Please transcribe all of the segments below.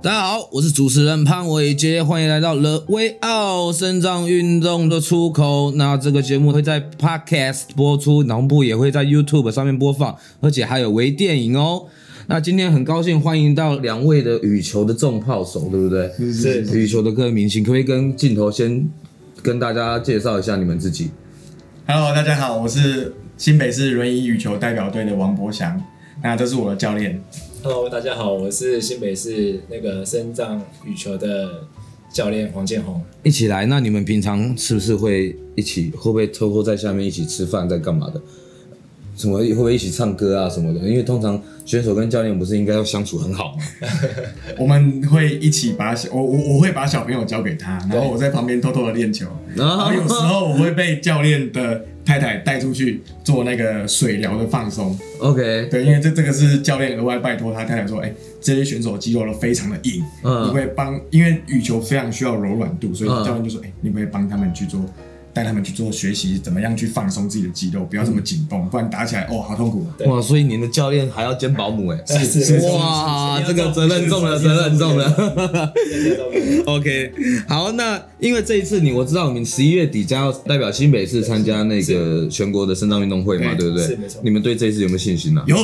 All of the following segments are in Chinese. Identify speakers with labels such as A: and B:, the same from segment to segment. A: 大家好，我是主持人潘伟杰，欢迎来到了威奥生长运动的出口。那这个节目会在 Podcast 播出，然后部也会在 YouTube 上面播放，而且还有微电影哦。那今天很高兴欢迎到两位的羽球的重炮手，对不对？
B: 是
A: 羽球的各位明星，可不可以跟镜头先跟大家介绍一下你们自己？
B: Hello，大家好，我是新北市轮椅羽球代表队的王博翔，那这是我的教练。
C: Hello，大家好，我是新北市那个深藏羽球的教练黄建 宏。
A: 一起来，那你们平常是不是会一起？会不会偷偷在下面一起吃饭，在干嘛的？什么会不会一起唱歌啊什么的？因为通常选手跟教练不是应该要相处很 好吗？
B: 我们会一起把小我我我会把小朋友交给他，然后我在旁边偷偷的练球，然后有时候我会被教练的太太带出去做那个水疗的放松。
A: OK，
B: 对，因为这这个是教练额外拜托他太太说，哎、这些选手肌肉都非常的硬，
A: 嗯
B: 你会帮，因为羽球非常需要柔软度，所以
A: 嗯
B: 教练就说，哎、你会帮他们去做，带他们去做学习，怎么样去放松自己的肌肉，不要这
A: 嗯
B: 么紧绷，不然打起来哦，好痛苦。
A: 哇，所以你的教练还要兼保姆哎、
C: 是
B: 是
A: 哇，这
C: 是
A: 个责任重了，
C: 是是
A: 责任重了。
C: 介绍给我
A: OK，好，那因为这一次你我知道你们十一月底将要代表新北市参加那个全国的肾脏运动会嘛，
B: 对
A: 对不对？
C: 是没错
A: 你们对这一次有没有信心呢、啊？
B: 有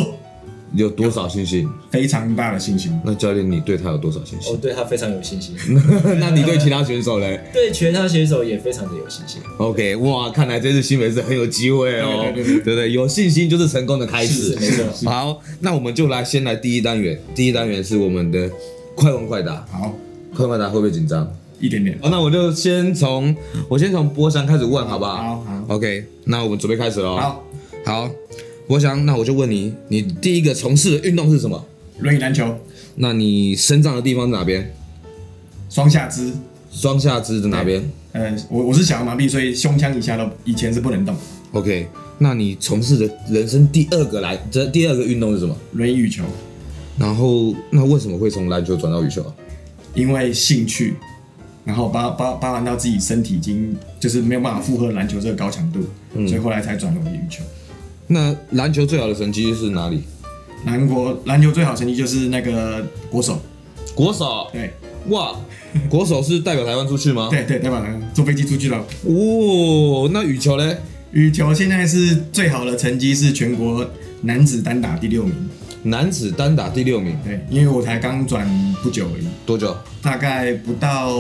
A: 有多少信心？
B: 非常大的信心，
A: 那教练你对他有多少信
C: 我
A: 心？
C: 对他非常有信心，
A: 那你对其他选手嘞？
C: 对全他选手也非常的有信心。
A: OK，哇，看来这次新北市很有机会哦，
B: 对对对对
A: 不对？有信心就是成功的开始
C: 是。没错，
A: 好，那我们就来先来第一单元，第一单元是我们的快问快答，
B: 好
A: 快问快答会不会紧张？
B: 一点点。
A: 哦，那我就先从我先从波翔开始问，好不好？
B: 好好
A: OK，那我们准备开始喽。，
B: 好，
A: 好，波翔，那我就问你，你第一个从事的运动是什么？
B: 轮椅篮球，
A: 那你生长的地方在哪边？
B: 双下肢，
A: 双下肢的哪边
B: 呃，我我是小儿麻痹，所以胸腔以下都以前是不能动。
A: ？OK，那你从事的人生第二个来，这第二个运动是什么？
B: 轮椅羽球，
A: 然后，那为什么会从篮球转到羽球啊？
B: 因为兴趣，然后包包包含到自己身体已经就是没有办法负荷篮球这个高强度，所以后来才转为羽球。
A: 那篮球最好的成绩是哪里？
B: 韩国篮球最好成绩就是那个国手，
A: 国手。
B: 对
A: 哇，国手是代表台湾出去吗？。
B: 对对，对吧？坐飞机出去了。
A: 哦，那羽球嘞？
B: 羽球现在是最好的成绩是全国男子单打第六名，
A: 男子单打第六名，
B: 对，因为我才刚转不久而已，
A: 多久？
B: 大概不到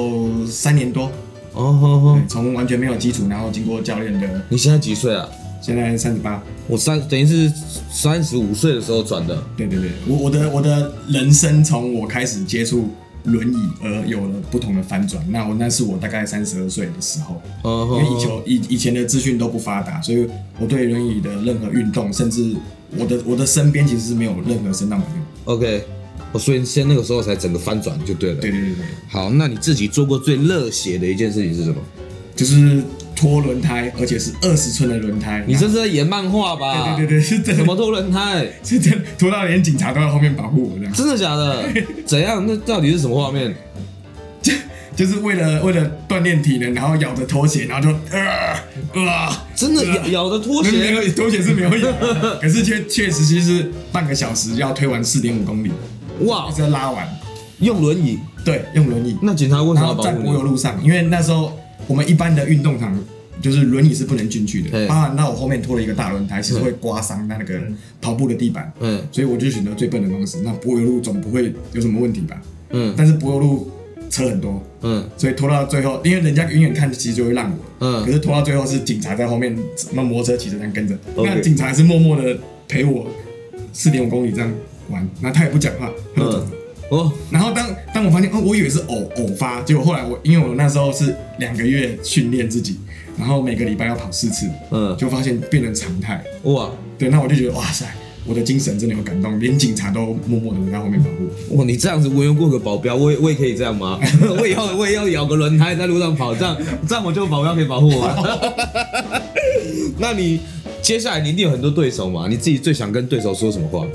B: 三年多，
A: 哦吼吼
B: 对，从完全没有基础，然后经过教练的，
A: 你现在几岁啊？
B: 现在三十八，
A: 我三等于是三十五岁的时候转的。
B: 对对对，我我的我的人生从我开始接触轮椅而有了不同的翻转，那我那是我大概三十二岁的时候，
A: 哦
B: 因
A: 吼
B: 为以
A: 吼，
B: 球以以前的资讯都不发达，所以我对轮椅的任何运动，甚至我的我的身边其实是没有任何身障朋友，
A: OK，我所以先那个时候才整个翻转就对了。
B: 对对对对。
A: 好，那你自己做过最热血的一件事情是什么？
B: 就是拖轮胎，而且是二十寸的轮胎。
A: 你这是在演漫画吧？
B: 对对对对，是真
A: 什
B: 的，
A: 么偷轮胎？
B: 是真的拖到连警察都在后面保护我这样，
A: 真的假的？怎样？那到底是什么画面？
B: 就是为了为了锻炼体能，然后咬着拖鞋，然后就呃哇，
A: 真的咬咬着拖
B: 啊没
A: 鞋？
B: 有拖鞋是没有咬 的，可是确确实就是半个小时要推完四点五公里，
A: 哇
B: 一！直要拉完，
A: 用轮椅？
B: 对，用轮椅，
A: 那警察为什
B: 然
A: 么要
B: 后
A: 保
B: 在
A: 护
B: 柏油
A: 你？
B: 路上，因为那时候我们一般的运动场。就是轮椅是不能进去
A: 对
B: 的，包含到我后面拖了一个大轮胎，其实会刮伤那个跑步的地板。
A: 嗯
B: 所以我就选择最笨的方式。那柏油路总不会有什么问题吧？
A: 嗯
B: 但是柏油路车很多，
A: 嗯
B: 所以拖到最后，因为人家远远看其实就会让我，
A: 嗯
B: 可是拖到最后是警察在后面，那摩托车骑着这样跟着，
A: OK
B: 那警察还是默默的陪我四点五公里这样玩，那他也不讲话，他就走了。
A: 嗯，哦，
B: 然后当当我发现哦，我以为是偶偶发，结果后来我因为我那时候是两个月训练自己，然后每个礼拜要跑四次，
A: 嗯
B: 就发现变成常态。
A: 哇
B: 对，那我就觉得哇塞，我的精神真的有感动，连警察都默默的在后面保护。我。
A: 哇，你这样子无缘无故的保镖，我也我也可以这样 吗？我以后我也要咬个轮胎在路上跑，这样这样我就有保镖可以保护我了。 那你接下来你一定有很多对手嘛？你自己最想跟对手说什么话？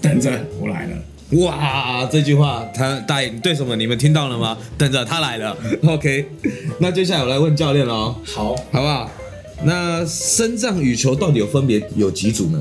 B: 等着，我来了。
A: 哇，这句话他大爷对手们你们听到了吗？等着他来 了。OK，那接下来我来问教练喽，
C: 好，
A: 好不好？那深藏羽球到底有分别有几组呢？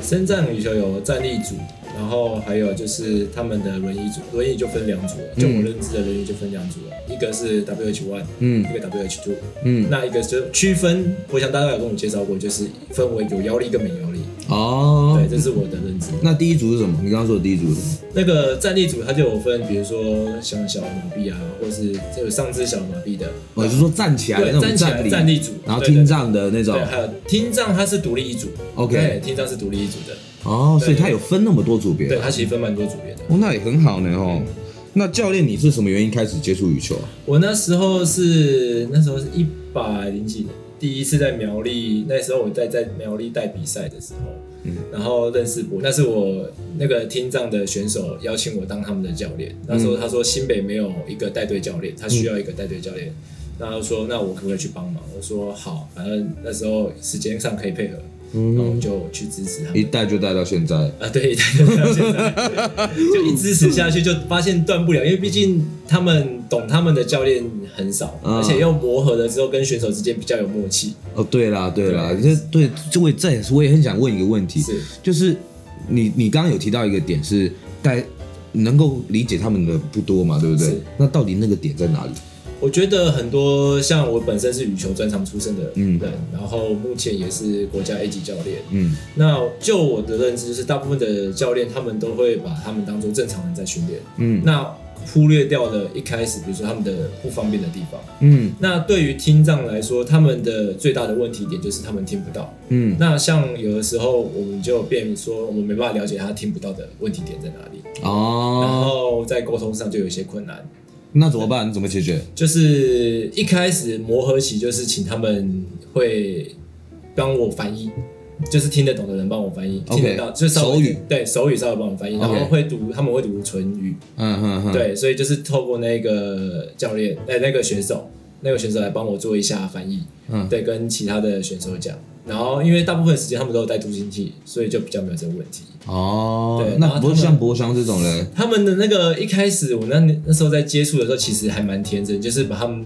C: 深藏羽球有站立组，然后还有就是他们的轮椅组，轮椅就分两组了，就我认知的轮椅就分两组了，一个是 WH one，
A: 嗯
C: 一个 WH two，
A: 嗯，
C: 那一个就区分，我想大概有跟我介绍过，就是分为有腰力跟没腰力，
A: 哦
C: 对，，这是我的认知。
A: 那第一组是什么？你刚刚说的第一组是什么？
C: 那个站立组它就有分，比如说像小麻痹啊，或是这有上肢小麻痹的，
A: 我哦是说站起来的那种
C: 对，站起来
A: 立，
C: 站立组，
A: 然后
C: 对对
A: 听障的那种
C: 对，。还有听障它是独立一组
A: OK
C: 对听障是独立一组的，
A: 哦，所以
C: 对
A: 他有分那么多组别。啊
C: 对，它其实分蛮多组别的。
A: 哦，那也很好呢哦。那教练，你是什么原因开始接触羽球啊？
C: 我那时候是那时候是一百零几年，第一次在苗栗，那时候我在在苗栗带比赛的时候，然后认识博，那是我那个听障的选手邀请我当他们的教练。那时候他说新北没有一个带队教练，他需要一个带队教练。那他说那我可不可以去帮忙？我说好，反正那时候时间上可以配合，然后我就去支持他
A: 一
C: 们。
A: 带就带到现在。
C: 啊，对，到现在就一支持下去，就发现断不了，因为毕竟他们懂他们的教练很少，
A: 嗯
C: 而且又磨合了之后，跟选手之间比较有默契。
A: 哦，对啦，对啦，这对这位这也是我也很想问一个问题，
C: 是
A: 就是你你刚刚有提到一个点是带能够理解他们的不多嘛，对不对
C: 是？
A: 那到底那个点在哪里？
C: 我觉得很多像我本身是羽球专长出身的人，
A: 嗯
C: 然后目前也是国家 A 级教练。
A: 嗯，
C: 那就我的认知，就是大部分的教练他们都会把他们当做正常人在训练，
A: 嗯
C: 那忽略掉了一开始，比如说他们的不方便的地方。
A: 嗯
C: 那对于听障来说，他们的最大的问题点就是他们听不到。
A: 嗯，
C: 那像有的时候，我们就变说我们没办法了解他听不到的问题点在哪里，然
A: 哦，
C: 后在沟通上就有一些困难。
A: 那怎么办？怎么解决？
C: 就是一开始磨合期，就是请他们会帮我翻译，就是听得懂的人帮我翻译
A: OK，
C: 听得到就是稍微
A: 手语
C: 对手语稍微帮我翻译，然
A: OK
C: 后会读他们会读唇语，
A: 嗯哼哼，，
C: 对，所以就是透过那个教练，哎，那个选手，那个选手来帮我做一下翻译，
A: 嗯
C: 对，跟其他的选手讲。然后因为大部分时间他们都有带助听器，所以就比较没有这个问题。
A: 哦
C: 对，然
A: 那
C: 后
A: 不是
C: 他们
A: 像博翔这种人，
C: 他们的那个一开始我那那时候在接触的时候，其实还蛮天真，就是把他们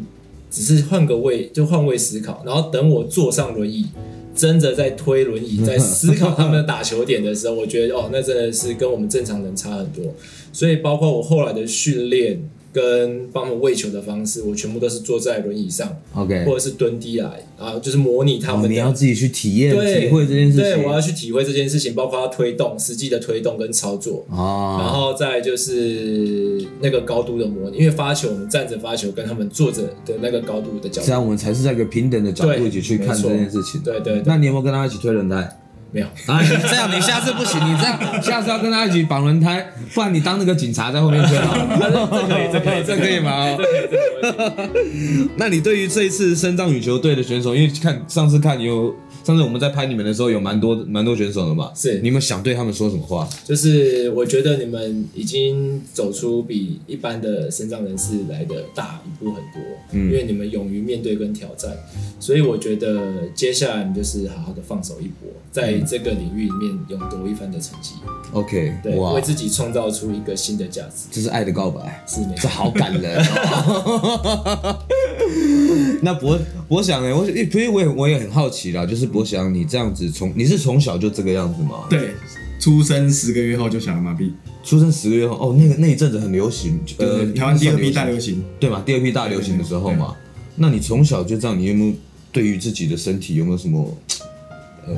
C: 只是换个位，就换位思考，然后等我坐上轮椅。真的在推轮 椅，在思考他们的打球点的时候，我觉得哦，那真的是跟我们正常人差很多。所以包括我后来的训练跟帮他们喂球的方式，我全部都是坐在轮椅上，
A: ，OK，
C: 或者是蹲低来，啊，就是模拟他
A: 哦
C: 们
A: 你
C: 的
A: 要自己去体验
C: 对
A: 体会这件事
C: 对，
A: 情
C: 我，要去体会这件事情，包括它推动实际的推动跟操作，然
A: 哦，
C: 后再就是那个高度的模拟，因为发球我们站着发球跟他们坐着的那个高度的角
A: 这
C: 度，
A: 样我们才是在一个平等的角度
C: 对
A: 一起去看
C: 没
A: 这
C: 错
A: 件事情。
C: 对对对，
A: 那你有没有跟他一起推轮胎？
C: 没有，
A: 啊，你这样你下次不行，你这样 下次要跟他一起绑轮胎，不然你当那个警察在后面推好 了。
C: 这可以
A: 这可以吗？哦那你对于这一次深藏羽球队的选手，因为看上次看有上次我们在拍你们的时候，有蛮多蛮多选手的嘛，
C: 是
A: 你有没有想对他们说什么话？
C: 就是我觉得你们已经走出比一般的身障人士来的大一步很多，因为你们勇于面对跟挑战，所以我觉得接下来你就是好好的放手一搏，在这个领域里面勇夺一番的成绩，
A: OK，
C: 对，
A: 哇
C: 为，自己创造出一个新的价值，
A: 这是爱的告白，
C: 是没
A: 这
C: 错。
A: 好感人、哦。 那博博翔呢？我因为我也我也很好奇啦，就是博翔，你这样子从你是从小就这个样子吗？
B: 对，出生十个月后就小儿麻痹，
A: 出生十个月后，哦，那个那一阵子很流行，
B: 呃
A: 呃，，
B: 台湾第二批
A: 算
B: 大流行。
A: 对嘛，第二批大流行的时候嘛。那你从小就这样，你有没有对于自己的身体有没有什么呃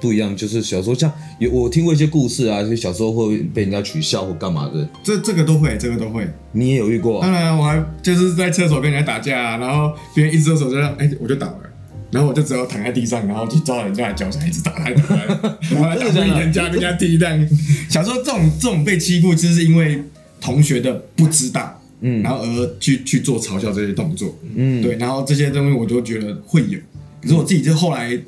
A: 不一样？就是小时候像有我听过一些故事啊，就小时候会被人家取笑或干嘛的，
B: 这这个都会，这个都会。
A: 你也有遇过
B: 当
A: 啊？
B: 然，我还就是在厕所跟人家打架、啊，然后别人一只手就让，哎、我就倒了，然后我就只好躺在地上，然后去抓人家的脚，想一直打 他，一直打他，然后还打不赢人家，跟人家踢蛋。 小时候这种这种被欺负，就是因为同学的不知道，
A: 嗯
B: 然后而去去做嘲笑这些动作，
A: 嗯，
B: 对，然后这些东西我都觉得会有，可是我自己就后来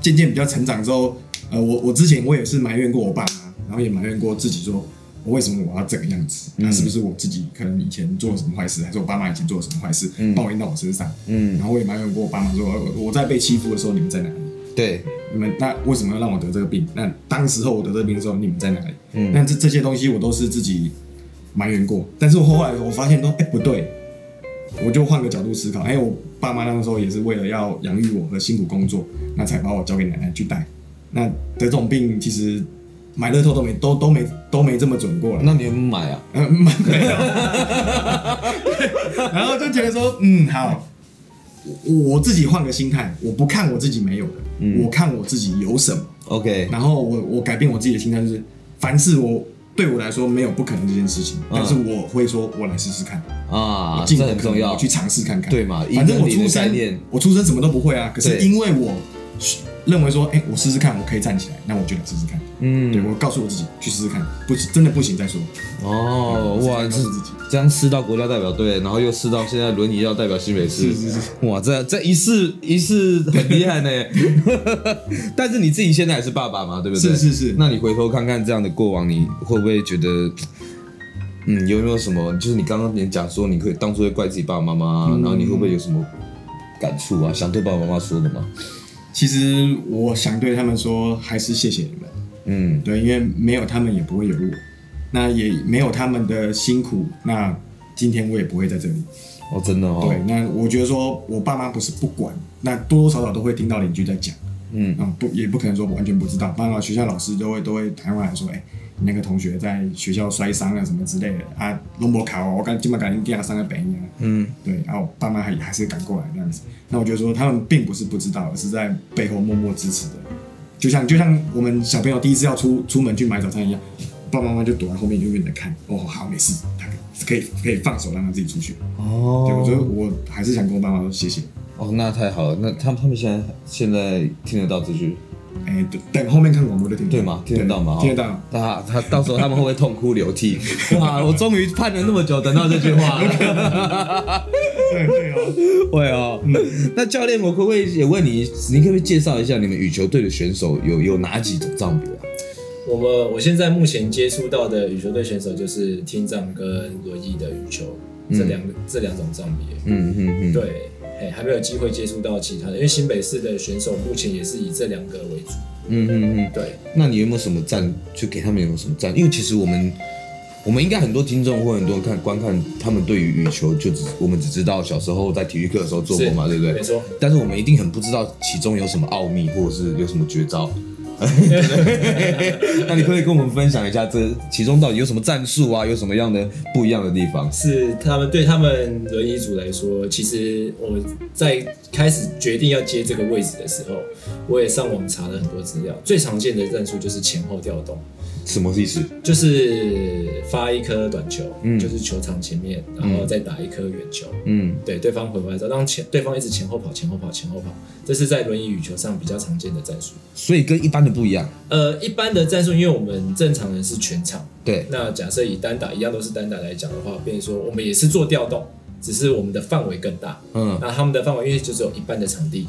B: 渐渐比较成长之后，呃，我我之前我也是埋怨过我爸妈，然后也埋怨过自己说。我为什么我要这个样子？那、是不是我自己可能以前做了什么坏事，还是我爸妈以前做了什么坏事，报应到我身上？
A: 嗯
B: 然后我也埋怨过我爸妈说，呃我我在被欺负的时候，你们在哪里？
A: 对，
B: 你们那为什么要让我得这个病？那当时候我得这个病的时候，你们在哪里？嗯，但这这些东西我都是自己埋怨过，但是我后来我发现都哎、不对，我就换个角度思考，哎、我爸妈那个时候也是为了要养育我和辛苦工作，那才把我交给奶奶去带。那得这种病其实买乐透都没都都没都没这么准过了。
A: 那你有没有买啊？
B: 嗯，没有。 然后就觉得说，嗯，好，我我自己换个心态，我不看我自己没有的，
A: 嗯
B: 我看我自己有什么。
A: OK，啊
B: 然后我我改变我自己的心态，就是凡事我对我来说没有不可能这件事情，但是我会说，我来试试看，
A: 嗯啊，
B: 尽
A: 这
B: 可
A: 很
B: 能
A: 重要
B: 我。去尝试看看。
A: 对嘛
B: 反正我
A: 一个你
B: 出
A: 的概
B: 生
A: 念，
B: 我出生什么都不会啊，可是
A: 对
B: 因为我认为说，哎，我试试看，我可以站起来，那我就来试试看。对
A: 嗯，
B: 我告诉我自己去试试看，不行真的不行再说。
A: 哦，哇，
B: 我
A: 这
B: 是这样告诉自己
A: 这样试到国家代表队，然后又试到现在轮椅要代表新北市，
B: 是是是
A: 哇，这这一试一试很厉 害呢。但是你自己现在还是爸爸嘛，对不对？
B: 是是是
A: 那你回头看看这样的过往，你会不会觉得，嗯，有没有什么？就是你刚刚你讲说，你可以当初会怪自己爸爸妈妈，
B: 嗯
A: 然后你会不会有什么感触啊？想对爸爸妈妈说的吗？
B: 其实我想对他们说，还是谢谢你们。
A: 嗯，
B: 对，因为没有他们也不会有我，那也没有他们的辛苦，那今天我也不会在这里。
A: 哦，真的哦
B: 对，，那我觉得说我爸妈不是不管，那多多少少都会听到邻居在讲，
A: 嗯
B: 啊、不也不可能说完全不知道，当然学校老师都会都会谈过来说，哎、你那个同学在学校摔伤了什么之类的啊，拢无考哦，我刚今晚赶紧给他上个北啊。
A: 嗯，
B: 对，然后我爸妈还还是赶过来这样子。那我觉得说他们并不是不知道，而是在背后默默支持的。就像就像我们小朋友第一次要出出门去买早餐一样，爸爸妈妈就躲在后面远远的看。哦，好，没事，他可以可以放手让他自己出去。对，我觉得
A: 哦，
B: 我还是想跟我爸妈说谢谢。
A: 哦，那太好了，那他们他们现在现在听得到这句
B: 哎，等等后面看广播就听得
A: 对吗？听得到哦吗？
B: 对听得到。
A: 他他到时候他们会不会痛哭流 涕？哇！我终于盼了那么久，等到这句话
B: 啊
A: 了。
B: 对对哦，
A: 会哦，那教练，我可不可以也问你，你可不可以介绍一下你们羽球队的选手有有哪几种障别啊？
C: 我们我现在目前接触到的羽球队选手就是厅长跟轮椅的羽球这两、这两种障别。
A: 嗯嗯嗯，
C: 对，哎，还没有机会接触到其他的，因为新北市的选手目前也是以这两个为主。
A: 嗯嗯嗯。
C: 对，
A: 那你有没有什么战，就给他们有没有什么战？因为其实我们我们应该很多听众或很多人看观看，他们对于羽球就只我们只知道小时候在体育课的时候做过
C: 是
A: 嘛，对不
C: 没
A: 对？
C: 错，
A: 但是我们一定很不知道其中有什么奥秘，或者是有什么绝 招。那你可不可以跟我们分享一下这其中到底有什么战术啊，有什么样的不一样的地方？
C: 是他们对他们轮椅组来说，其实我在开始决定要接这个位置的时候，我也上网查了很多资料，最常见的战术就是前后调动。
A: 什么意思？
C: 就是发一颗短球，
A: 嗯
C: 就是球场前面，然后再打一颗远球，
A: 嗯
C: 对对方回过来之后，让前对方一直前后跑，前后跑，前后跑，这是在轮椅羽球上比较常见的战术。
A: 所以跟一般的不一样。
C: 呃，一般的战术，因为我们正常人是全场，
A: 对，
C: 那假设以单打一样都是单打来讲的话，变成说我们也是做调动，只是我们的范围更大。
A: 嗯
C: 那他们的范围因为就只有一半的场地，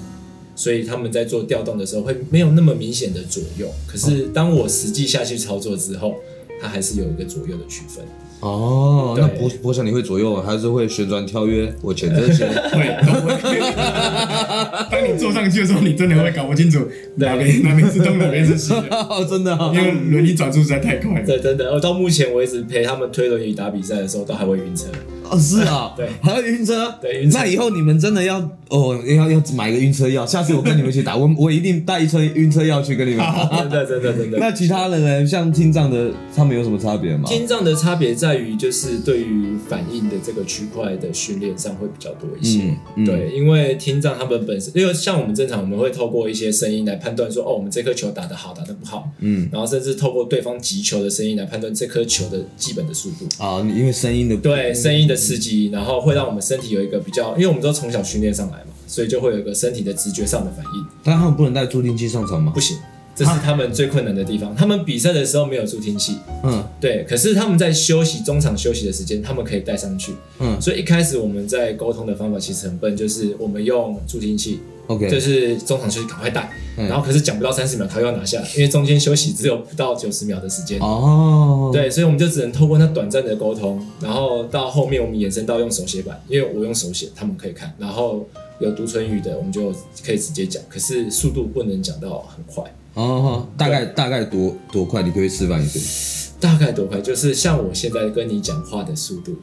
C: 所以他们在做调动的时候会没有那么明显的左右。可是当我实际下去操作之后，它还是有一个左右的区分。
A: 哦，
C: 对
A: 那博博翔你会左右，还是会旋转跳跃？我前侧旋，
B: 会都会。 当你坐上去的时候，你真的会搞不清楚哪边哪边是东，哪边 是西的，
A: 哦真的哦
B: 因为轮椅转速实在太快了。
C: 对，真的，我到目前为止陪他们推轮椅打比赛的时候，都还会晕车。
A: 哦是 啊，
C: 对
A: 还要晕车，
C: 对晕车
A: 那以后你们真的要哦，要要买个晕车药，下次我跟你们去打，我我一定带一车晕车药去跟你们打。
C: 真的，真的，真的。
A: 那其他人呢？像听障的，他们有什么差别吗？
C: 听障的差别在于，就是对于反应的这个区块的训练上会比较多一些。
A: 嗯嗯
C: 对，因为听障他们本身，因为像我们正常，我们会透过一些声音来判断说，哦，我们这颗球打得好，打得不好。
A: 嗯，
C: 然后甚至透过对方击球的声音来判断这颗球的基本的速度。
A: 啊，因为声音的
C: 对声音的刺激，然后会让我们身体有一个比较，因为我们都从小训练上来嘛，所以就会有一个身体的直觉上的反应。
A: 但他们不能带助听器上场吗
C: 不？行，这
A: 啊
C: 是他们最困难的地方。他们比赛的时候没有助听器，
A: 嗯
C: 对，可是他们在休息中场休息的时间，他们可以带上去。
A: 嗯
C: 所以一开始我们在沟通的方法其实很笨，就是我们用助听器，就
A: ，OK，
C: 是中场休息赶快带，
A: 嗯
C: 然后可是讲不到三十秒，他又要拿下来，因为中间休息只有不到九十秒的时间。
A: 哦，，
C: 对，所以我们就只能透过那短暂的沟通，然后到后面我们延伸到用手写板，因为我用手写，他们可以看，然后有读唇语的，我们就可以直接讲，可是速度不能讲到很快。
A: 哦，大概大概多多快？你可以示范一次。
C: 大概多快？就是像我现在跟你讲话的速度，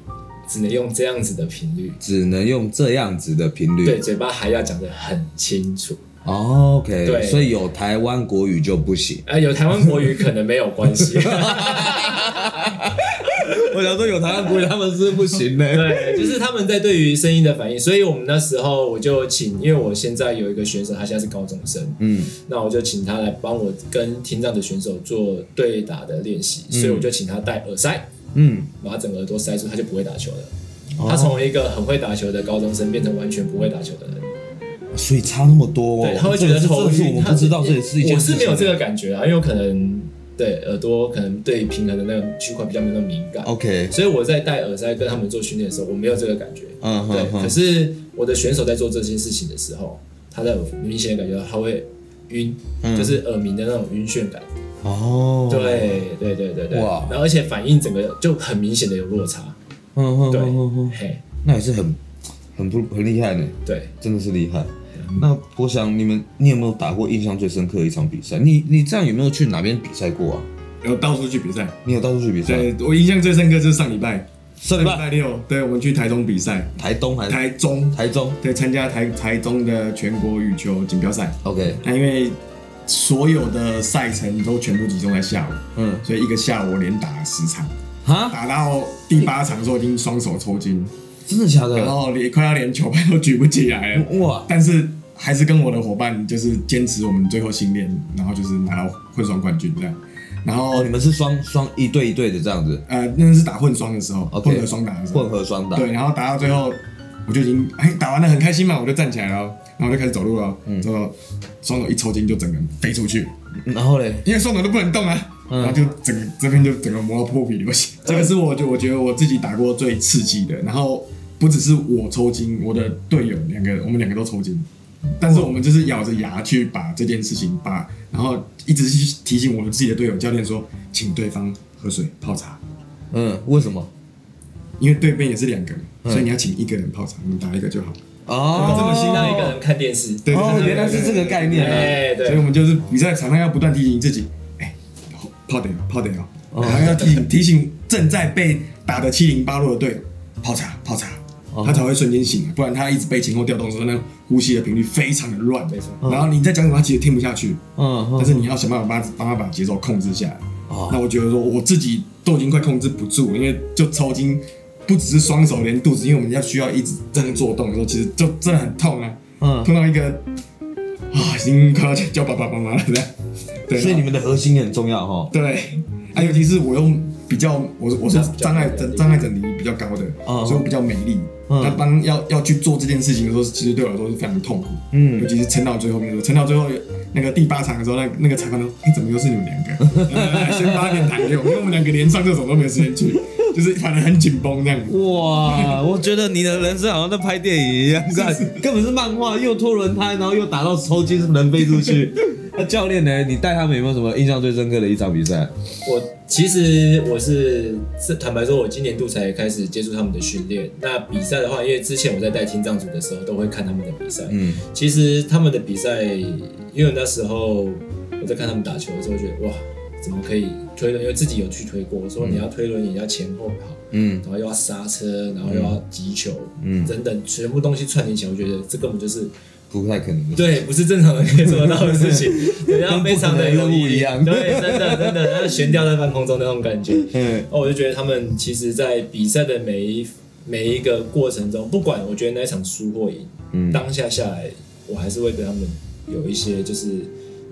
C: 只能用这样子的频率，
A: 只能用这样子的频率。
C: 对，嘴巴还要讲得很清楚。
A: 哦 OK，
C: 对
A: 所以有台湾国语就不行。
C: 啊，有台湾国语可能没有关系，
A: 我想说有台湾国语，他们是不行 的。
C: 对，就是他们在对于声音的反应，所以我们那时候我就请，因为我现在有一个选手，他现在是高中生，
A: 嗯，
C: 那我就请他来帮我跟听障的选手做对打的练习，所以我就请他戴耳塞，
A: 嗯
C: 把他整个耳朵塞住，他就不会打球了。
A: 哦
C: 他从一个很会打球的高中生变成完全不会打球的人，
A: 所以差那么多、哦
C: 对，，他会觉得
A: 这
C: 头
A: 个是这个是
C: 晕。
A: 我们
C: 他
A: 不知道，这也是一件
C: 我
A: 事
C: 是
A: 情。
C: 没有这个感觉啊，因为我可能对耳朵可能对平衡的那个区块比较没那么敏感，
A: 啊 OK，
C: 所以我在戴耳塞跟他们做训练的时候，我没有这个感觉。
A: 嗯
C: 对
A: 哼，哼
C: 可是我的选手在做这件事情的时候，他在明显的感觉到他会晕，
A: 嗯
C: 就是耳鸣的那种晕眩感。
A: 哦，，
C: 对对对对对，
A: 哇
C: 然后而且反应整个就很明显的有落差。
A: 嗯哼
C: 对
A: 哼哼哼，
C: 嘿，
A: 那也是很很不很厉害呢，
C: 对，
A: 真的是厉害。
C: 嗯
A: 那我想你们，你有没有打过印象最深刻的一场比赛？你你这样有没有去哪边比赛过啊？
B: 有到处去比赛。
A: 你有到处去比赛？
B: 对我印象最深刻就是上礼拜，
A: 上礼
B: 上
A: 拜
B: 拜六，对我们去台中比赛，
A: 台东还是
B: 台中，
A: 台中
B: 对，参加台台中的全国羽球锦标赛。
A: ？OK，
B: 那因为所有的赛程都全部集中在下午，
A: 嗯，
B: 所以一个下午我连打了十场，
A: 哈，
B: 打到第八场的时候已经双手抽筋，
A: 真的假
B: 然
A: 的？
B: 后连快要连球拍都举不起来了。
A: 哇，
B: 但是还是跟我的伙伴就是坚持我们最后训练，然后就是拿到混双冠军这样。然后
A: 哦，你们是双双一对一对的这样子，
B: 呃，那是打混双的时候
A: OK
B: 混合双打的时候，
A: 混合双打。
B: 对，然后打到最后，我就已经哎打完了很开心嘛，我就站起来了哦，然后我就开始走路了哦，
A: 嗯
B: 之后双手一抽筋就整个人飞出去，
A: 然后嘞，
B: 因为双手都不能动啊，
A: 嗯
B: 然后就整个这边就整个磨到破皮流血。这个是我就我觉得我自己打过最刺激的，然后不只是我抽筋，我的队友两个我们两个都抽筋，但是我们就是咬着牙去把这件事情把，然后一直去提醒我们自己的队友教练说，请对方喝水泡茶，
A: 嗯，为什么？
B: 因为对面也是两个人，
A: 嗯
B: 所以你要请一个人泡茶，你打一个就好。
A: 哦，
C: 这么新让一个人看电视，
B: 对
A: 哦，
B: 对
A: 原来是这个概念啊！
C: 哎
B: 所以
C: 对
B: 我们就是你在场上要不断提醒自己，哎、泡点泡点哦，然后要提醒提醒正在被打的七零八落的队友泡茶泡茶
A: 哦，
B: 他才会瞬间醒来，不然他一直被前后调动的时候，那呼吸的频率非常的乱
C: 没错。
B: 然后你在讲什么，他其实听不下去，
A: 嗯，
B: 但
A: 嗯
B: 是你要想办法帮他帮他把节奏控制下来。
A: 哦
B: 那我觉得说我自己都已经快控制不住，因为就抽筋，不只是双手，连肚子，因为我们要需要一直这样做动的时候，其实就真的很痛啊。
A: 嗯，
B: 碰到一个啊，已经快要叫爸爸妈妈了，这样对，啊
A: 所以你们的核心也很重要哈。
B: 对，啊，尤其是我用比较，我是我是
C: 比较比较
B: 障碍
C: 高的
B: 障
C: 力
B: 障碍整体比较高的，
A: 嗯
B: 所以我比较没力。
A: 嗯
B: 那当要要去做这件事情的时候，其实对我来说是非常痛苦，
A: 嗯
B: 尤其是撑到最后面的时候，撑到最后那个第八场的时候，那那个裁判说：“哎，怎么又是你们两个？来来来先发点糖给我，因为我们两个连上厕所都没有时间去，就是反正很紧绷这样子。
A: 哇，我觉得你的人生好像在拍电影一样，干根本是漫画，又拖轮胎，然后又打到抽筋，人飞出去。 那教练呢？你带他们有没有什么印象最深刻的一场比赛？
C: 我其实我是是坦白说，我今年度才开始接触他们的训练。那比赛的话，因为之前我在带听障组的时候，都会看他们的比赛，
A: 嗯，
C: 其实他们的比赛，因为那时候我在看他们打球的时候，觉得哇，怎么可以推轮？因为自己有去推过，说你要推轮，你要前后跑，
A: 嗯，
C: 然后又要刹车，然后又要击球，
A: 嗯
C: 等等，全部东西串联起来，我觉得这根本就是
A: 不太可能的。
C: 对，不是正常人可以做得到的事 情，人家非常的有意义
A: 跟不可能的任务一样
C: 对，真的真的，那悬吊在半空中那种感觉。
A: 嗯，
C: 哦，我就觉得他们其实，在比赛的每一每一个过程中，不管我觉得那一场输或赢，
A: 嗯
C: 当下下来，我还是会对他们有一些就是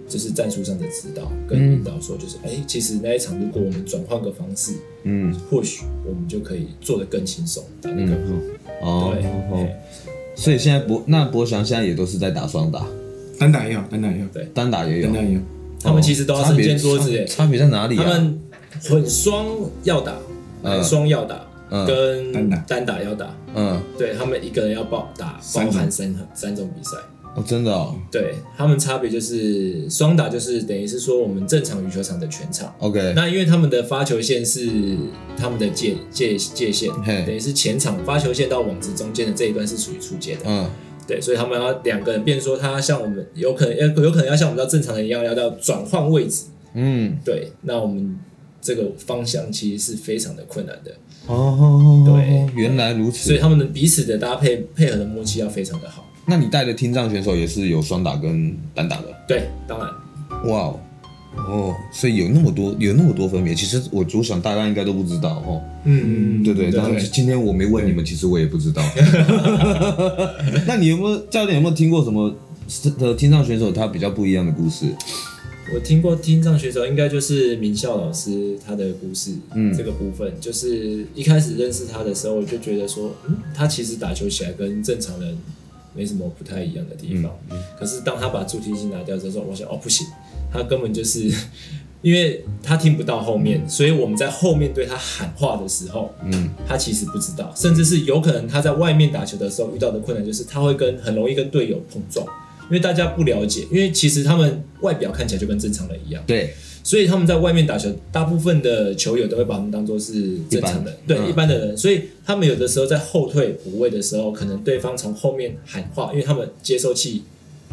C: 就是战术上的指导跟
A: 嗯
C: 引导说，就是哎、其实那一场如果我们转换个方式，
A: 嗯，
C: 或许我们就可以做得更轻松，打得更好。
A: 哦
C: 对，
A: 哦，所以现在博那博翔现在也都是在打双打，
B: 单打也好，单打也好，
C: 对
A: 单打也有
B: 单。打也好。
C: 他们其实都要
A: 差
C: 身
A: 别
C: 兼多职耶
A: 差差别在哪里
C: 他
A: 啊？
C: 们混双要打，
A: 嗯
C: 男双要打，
A: 嗯
C: 跟
B: 单打
C: 单打要打，
A: 嗯，
C: 对他们一个人要包打包
B: 三种
C: 含三三种比赛。
A: 哦，真的哦。
C: 对他们差别就是双打，就是等于是说我们正常羽球场的全场。
A: OK，
C: 那因为他们的发球线是他们的界界界限，
A: 嘿
C: 等于是前场发球线到网子中间的这一段是属于出界的，
A: 嗯，
C: 对，所以他们要两个人，变成说他像我们有可能要有可能要像我们到正常人一样，要到转换位置，
A: 嗯，
C: 对，那我们这个方向其实是非常的困难的，
A: 哦，
C: 对
A: 原来如
C: 所以
A: 此。
C: 他们的彼此的搭配配合的默契要非常的好。
A: 那你带的听障选手也是有双打跟单打的，
C: 对，当然，
A: 哇哦，哦，所以有那么多有那么多分别，其实我我想大家应该都不知道哦。
C: 嗯
A: 对对，
C: 对
A: 然后
C: 对
A: 今天我没问你们，其实我也不知道。 那你有没有教练有没有听过什么的听障选手他比较不一样的故事？
C: 我听过听障选手应该就是名校老师他的故事，
A: 嗯
C: 这个部分就是一开始认识他的时候，我就觉得说，嗯，他其实打球起来跟正常人没什么不太一样的地方。
A: 嗯
C: 可是当他把助听器拿掉之后，我想哦不行，他根本就是 因为他听不到后面，所以我们在后面对他喊话的时候，
A: 嗯，
C: 他其实不知道，甚至是有可能他在外面打球的时候遇到的困难就是他会跟很容易跟队友碰撞，因为大家不了解，因为其实他们外表看起来就跟正常人一样，
A: 对，
C: 所以他们在外面打球，大部分的球友都会把他们当做是正常人，
A: 一般
C: 对、
A: 嗯
C: 一般的人，所以他们有的时候在后退补位的时候，可能对方从后面喊话，因为他们接收器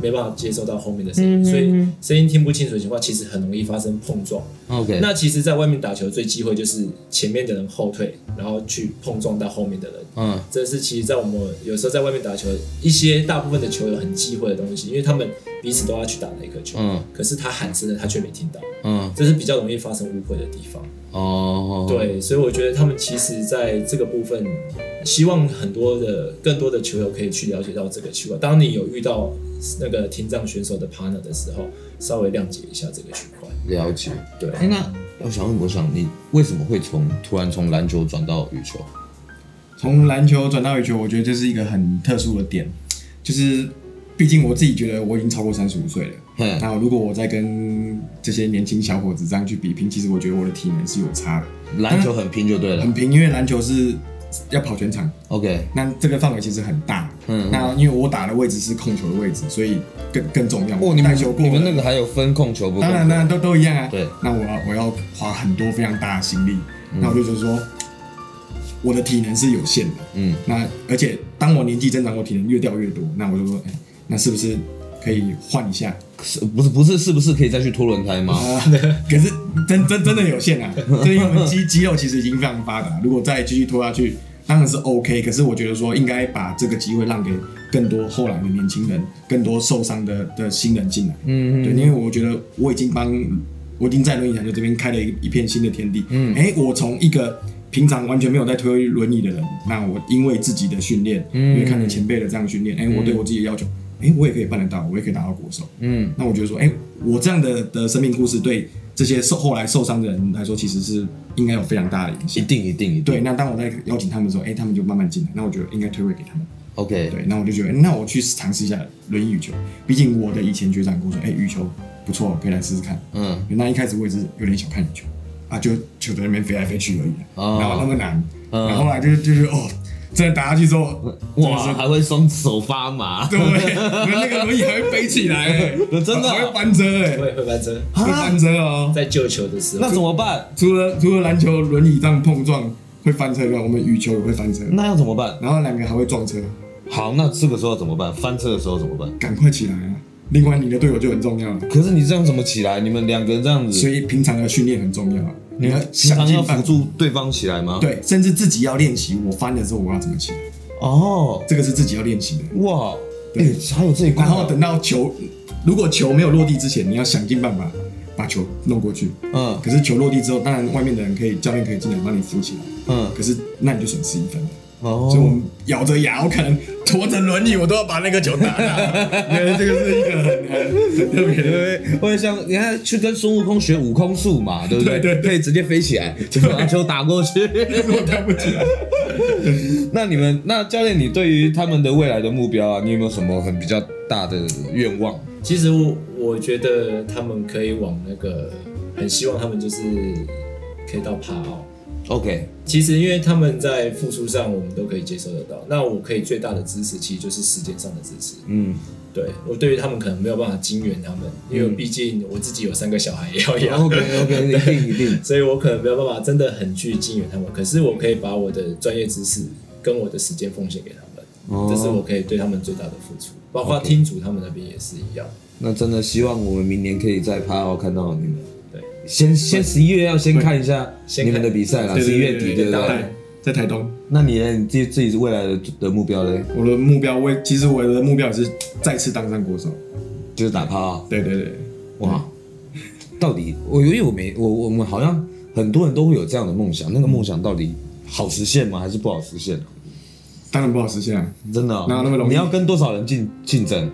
C: 没办法接收到后面的声音，
D: 嗯哼
C: 所以声音听不清楚的情况，其实很容易发生碰撞。
A: OK，
C: 那其实，在外面打球最忌讳就是前面的人后退，然后去碰撞到后面的人。
A: 嗯
C: 这是其实，在我们有时候在外面打球，一些大部分的球友很忌讳的东西，因为他们彼此都要去打那一颗球，
A: 嗯
C: 可是他喊声的他却没听到，
A: 嗯，
C: 这是比较容易发生误会的地方。
A: 哦，，
C: 对，所以我觉得他们其实在这个部分，希望很多的更多的球友可以去了解到这个区块。当你有遇到那个听障选手的 partner 的时候，稍微谅解一下这个区块。
A: 了解。
C: 对，
A: 哎，那我想问，我想你为什么会从突然从篮球转到羽球？
B: 从篮球转到羽球，我觉得这是一个很特殊的点，就是毕竟我自己觉得我已经超过三十五岁了。
A: 哼，
B: 那如果我再跟这些年轻小伙子这样去比拼，其实我觉得我的体能是有差的，
A: 篮球很拼就对了
C: 嗯
B: 很。拼，因为篮球是要跑全场，
A: OK，
B: 那这个范围其实很大。
A: 嗯
B: 那因为我打的位置是控球的位置，所以更更重要。
A: 哦，你们
B: 带球过
A: 你们
B: 了
A: 那个还有分控球不控
B: 当
A: 球？
B: 然，当然都都一样啊。
A: 对，
B: 那我要我要花很多非常大的心力，那我就觉得说，我的体能是有限的。
A: 嗯，
B: 那而且当我年纪增长，我体能越掉越多，那我就说，哎、那是不是可以换一下？
A: 是不是不是是不是可以再去拖轮胎吗？
B: 啊、可是真真真的有限 啊，就是因为我们肌肌肉其实已经非常发达，如果再继续拖下去，当然是 OK。可是我觉得说，应该把这个机会让给更多后来的年轻人，更多受伤的的新人进来。
A: 嗯
B: 对，因为我觉得我已经帮，我已经在轮椅篮球这边开了一一片新的天地。嗯，哎，我从一个平常完全没有在推轮椅的人，那我因为自己的训练，因为看着前辈的这样训练，哎，我对我自己的要求，哎，我也可以办得到，我也可以打到国手。
A: 嗯，
B: 那我觉得说，哎，我这样的的生命故事对这些受后来受伤的人来说，其实是应该有非常大的影
A: 一
B: 响。
A: 定一定一定。
B: 对，那当我在邀请他们的时候，哎，他们就慢慢进来，那我觉得应该推位给他们。
A: ，OK，
B: 对，那我就觉得，那我去尝试一下轮椅羽球，毕竟我的以前学长跟我说，哎、羽球不错，可以来试试看。
A: 嗯，
B: 那一开始我也是有点小看羽球，啊，就球在那边飞来飞去而已，啊
A: 哦
B: 然后那么难，
A: 嗯
B: 然后后来就就是哦，真的打下去之后，
A: 哇，
B: 真的
A: 还会双手发麻。
B: 是对，那个轮椅还会飞起来、哎
A: 真的啊啊
B: 还会翻车哎、
C: 会会翻车，
B: 会翻车哦。
C: 在救球的时 候
A: 那，怎么办？
B: 除了除了篮球轮椅这样碰撞会翻车以外，我们羽球也会翻车，
A: 那要怎么办？
B: 然后两个还会撞车，
A: 好，那这个时候怎么办？翻车的时候怎么办？
B: 赶快起来啊！另外你的队友就很重要了。
A: 可是你这样怎么起来？你们两个人这样
B: 所
A: 子，
B: 以平常的训练很重要啊，
A: 你
B: 你要
A: 们嗯平
B: 想
A: 常要
B: 尽
A: 辅
B: 办法。
A: 助对方起来吗？，
B: 对，甚至自己要练习，我翻的时候我要怎么起来，
A: 哦，
B: 这个是自己要练习的。
A: 哇，哎
B: 对，
A: 还有这一块哦
B: 然。后等到球，如果球没有落地之前，你要想尽办法把球弄过去。
A: 嗯
B: 可是球落地之后，当然外面的人可以，教练可以进来帮你扶起来。
A: 嗯，
B: 可是那你就损失一分了。所以我
A: 哦，
B: 们咬着牙，我可能驮着轮椅，我都要把那个球打 到。因为这个是一个很很很特别的。
A: 对，我也像你看去跟孙悟空学悟空术嘛，对不对？
B: 对对对
A: 可以直接飞起来，就把球打过去。
B: 我看不起来。
A: 那你们，那教练，你对于他们的未来的目标啊，你有没有什么很比较大的愿望？
C: 其实我我觉得他们可以往那个，很希望他们就是可以到帕奥。
A: OK，
C: 其实因为他们在付出上，我们都可以接受得到。那我可以最大的支持，其实就是时间上的支持。
A: 嗯，
C: 对我对于他们可能没有办法金援他们，因为毕竟我自己有三个小孩也要养。
A: OK OK，一定一定。
C: 所以我可能没有办法真的很去金援他们，可是我可以把我的专业知识跟我的时间奉献给他们，
A: 哦
C: 这是我可以对他们最大的付出。包括听主他们那边也是一样。
A: 那真的希望我们明年可以在帕奥看到你们。
C: 对，
A: 先先十一月要先看一下
C: 先看
A: 你们的比赛啦，
B: 对
A: 十
B: 对
A: 一月
B: 对
A: 底
B: 对
A: 对不
C: 当
A: 对
C: 然？
B: 在台东。
A: 那你呢？你自己自己未来的的目标嘞？
B: 我的目标，我也其实我的目标也是再次当上国手。
A: 就是打趴。
B: 对对对，
A: 哇，到底我因为我没我我们好像很多人都会有这样的梦想，那个梦想到底好实现吗？还是不好实现啊？
B: 当然不好实现啊。
A: 真的哦、
B: 哪有那么容易
A: 你要跟多少人竞竞争？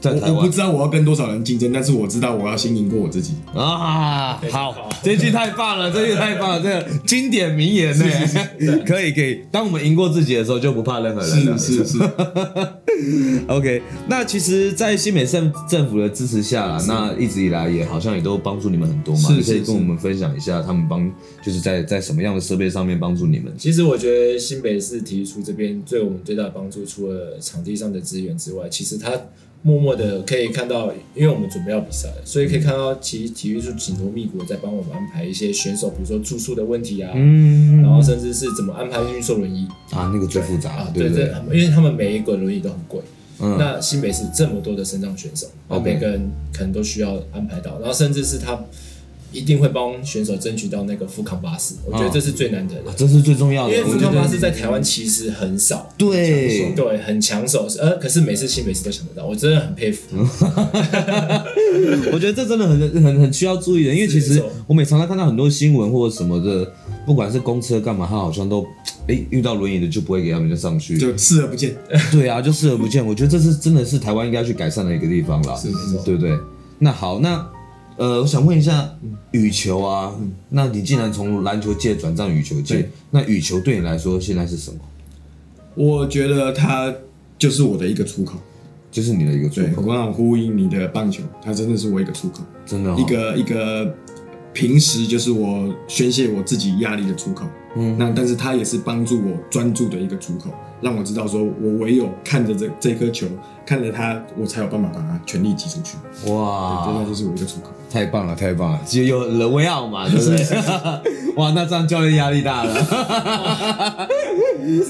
A: 在台
B: 我我不
A: 湾
B: 知道我要跟多少人竞争，但是我知道我要先赢过我自己。
A: 啊，好，这句太棒了，这句太棒了，这个经典名言呢， 可以可以。当我们赢过自己的时候，就不怕任何人了。
B: 是是是，
A: OK，那其实，在新美政政府的支持下啦，那一直以来也好像也都帮助你们很多嘛。
B: 是
A: 你可以
B: 是
A: 跟我们分享一下他们帮，就是在在什么样的设备上面帮助你们？
C: 其实我觉得新北市体育处这边对我们最大的帮助，除了场地上的资源之外，其实他默默的可以看到，因为我们准备要比赛了，所以可以看到其实体育处紧锣密鼓地在帮我们安排一些选手，比如说住宿的问题啊，
A: 嗯，
C: 然后甚至是怎么安排运送轮椅
A: 啊，那个最复杂
C: 啊
A: 了，，
C: 对
A: 对不
C: 对，
A: 对？
C: 他们因为他们每一个轮椅都很贵。
A: 嗯，
C: 那新北市这么多的身障选手，那
A: OK
C: 每个人可能都需要安排到，然后甚至是他一定会帮选手争取到那个富康巴士，我觉得这是最难得的
A: 啊，这是最重要的
C: 因为。
A: 我
C: 富
A: 觉
C: 康
A: 得
C: 巴士在台湾其实很少，
A: 对，
C: 对，很抢手，呃，可是每次新每次都抢得到，我真的很佩服。
A: 嗯 我觉得这真的很很很需要注意的，因为其
C: 是没
A: 实
C: 错
A: 我每常常看到很多新闻或者什么的，不管是公车干嘛，他好像都哎、遇到轮椅的就不会给他们就上去，
B: 就视而不见。
A: 对啊，就视而不见。我觉得这是真的是台湾应该去改善的一个地方啦，
B: 是没错
A: 对不对？那好，那呃，我想问一下羽球啊，那你竟然从篮球界转战羽球界
B: 对，
A: 那羽球对你来说现在是什么？
B: 我觉得它就是我的一个出口。
A: 就是你的一个出
B: 对，我
A: 口，
B: 刚好呼应你的棒球，它真的是我一个出口，
A: 真的、哦、
B: 一个一个平时就是我宣泄我自己压力的出口。
A: 嗯
B: 那但是它也是帮助我专注的一个出口，让我知道说我唯有看着这这颗球，看着它，我才有办法把它全力挤出去。
A: 哇，
B: 对，这就是我一个出口。
A: 太棒了，太棒了！其实有勒维奥嘛，对不对？哇，那这样教练压力大了。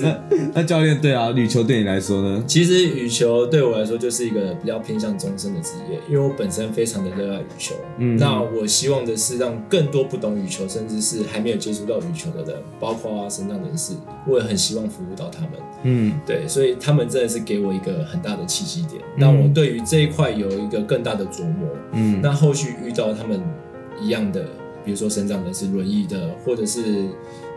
A: 那那教练对啊，羽球对你来说呢？
C: 其实羽球对我来说就是一个比较偏向终身的职业，因为我本身非常的热爱羽球。
A: 嗯
C: 那我希望的是让更多不懂羽球，甚至是还没有接触到羽球的人，包括身障人士，我也很希望服务到他们。
A: 嗯，
C: 对，所以他们真的是给我一个很大的契机点，让我对于这一块有一个更大的琢磨。
A: 嗯
C: 那后续遇到他们一样的，比如说身障人士、轮椅的，或者是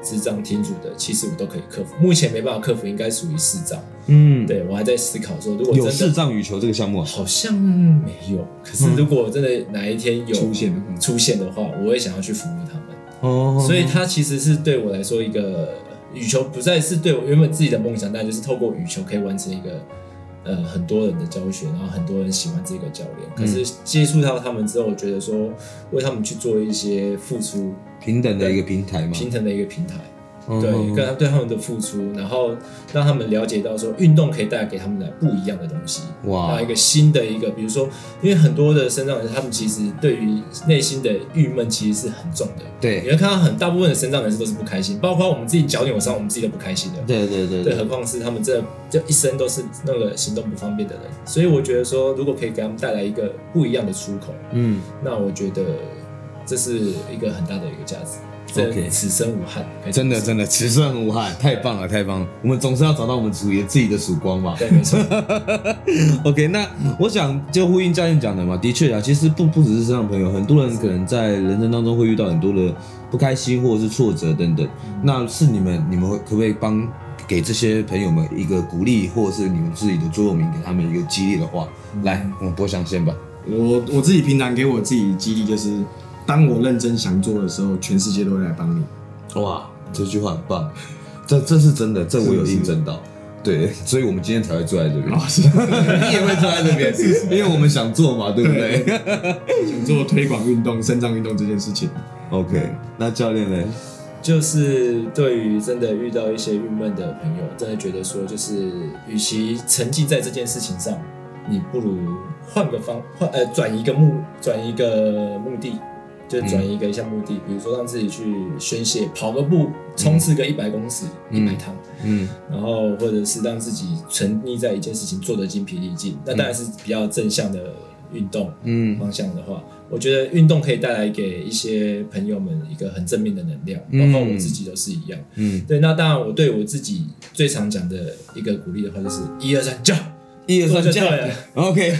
C: 智障听阻的，其实我都可以克服。目前没办法克服，应该属于视障。
A: 嗯，
C: 对我还在思考说，如果
A: 有
C: 真
A: 视
C: 的
A: 障嗯羽球这个项目啊，
C: 好像没有，可是如果真的哪一天有
B: 出现的
A: 嗯
B: 话
C: 出现的话，我也想要去服务他们。
A: 哦
C: 所以它其实是对我来说一个羽球不再是对我原本自己的梦想，但就是透过羽球可以完成一个呃很多人的教学，然后很多人喜欢这个教练。可是接触到他们之后，我觉得说为他们去做一些付出，
A: 平等的一个平台嘛，
C: 平衡的一个平台。
A: 哦
C: 对，跟他对他们的付出，然后让他们了解到说，运动可以带来给他们的不一样的东西，
A: 哇
C: 然后一个新的一个，比如说，因为很多的身障人，他们其实对于内心的郁闷其实是很重的，
A: 对
C: 你会看到很大部分的身障人士都是不开心，包括我们自己脚扭伤，我们自己都不开心的，
A: 对对对
C: 对，何况是他们这这一生都是那个行动不方便的人，所以我觉得说，如果可以给他们带来一个不一样的出口，
A: 嗯，
C: 那我觉得这是一个很大的一个价值，
A: OK
C: 这此生无憾，可以这
A: 真
C: 么
A: 的
C: 说
A: 真的，此生无憾，太棒了太棒了！我们总是要找到我们属于自己的曙光嘛。
C: 对，没错。
A: OK，那我想就呼应教练讲的嘛，的确啊，其实不不只是身上朋友，很多人可能在人生当中会遇到很多的不开心或者是挫折等等。那是你们，你们会可不可以帮给这些朋友们一个鼓励，或者是你们自己的座右铭，给他们一个激励的话？来，我们波翔先吧。
B: 我我自己平常给我自己激励就是，当我认真想做的时候，全世界都会来帮你。
A: 哇，这句话很棒，这这是哦真的，这我有印证到。对， 所以我们今天才会坐在这边， 你也会坐在 这边，因为我们想做嘛，对不对
B: 想做推广运动、肾脏运动这件事情，
A: ？OK，那教练呢？
C: 就是对于真的遇到一些郁闷的朋友，真的觉得说，就是与其沉浸在这件事情上，你不如换个方换呃转一个目转一个目的，就转移一个项目地，比如说让自己去宣泄，跑个步，冲刺个一百公尺、一百趟，
A: 嗯
C: 然后或者是让自己沉溺在一件事情做得精疲力尽，那当然是比较正向的运动
A: 嗯
C: 方向的话，我觉得运动可以带来给一些朋友们一个很正面的能量，包括我自己都是一样。
A: 嗯，
C: 对，那当然我对我自己最常讲的一个鼓励的话就是一二三叫，
A: 一二
C: 做
A: 三
C: 就
A: 这
C: 对
A: 样
C: 了。
A: OK，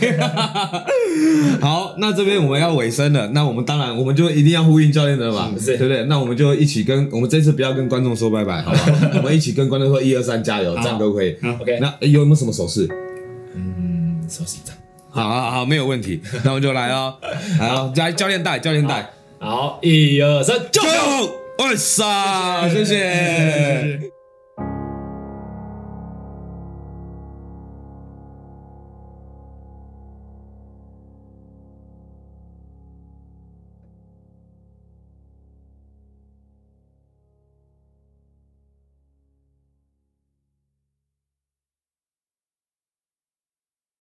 A: 好，那这边我们要尾声了，那我们当然我们就一定要呼应教练的嘛，
C: 是
A: 对不对？那我们就一起跟我们这次不要跟观众说拜拜，好吧？ 我们一起跟观众说一二三加油，这样都可以。
C: OK，
A: 那诶有没有什么手势？
C: 嗯，手是一张。
A: 好好好，没有问题，那我们就来哦，来哦，来教练带，教练带，
C: 好，一二三，
A: 加
C: 叫！
A: 油！二三，谢谢。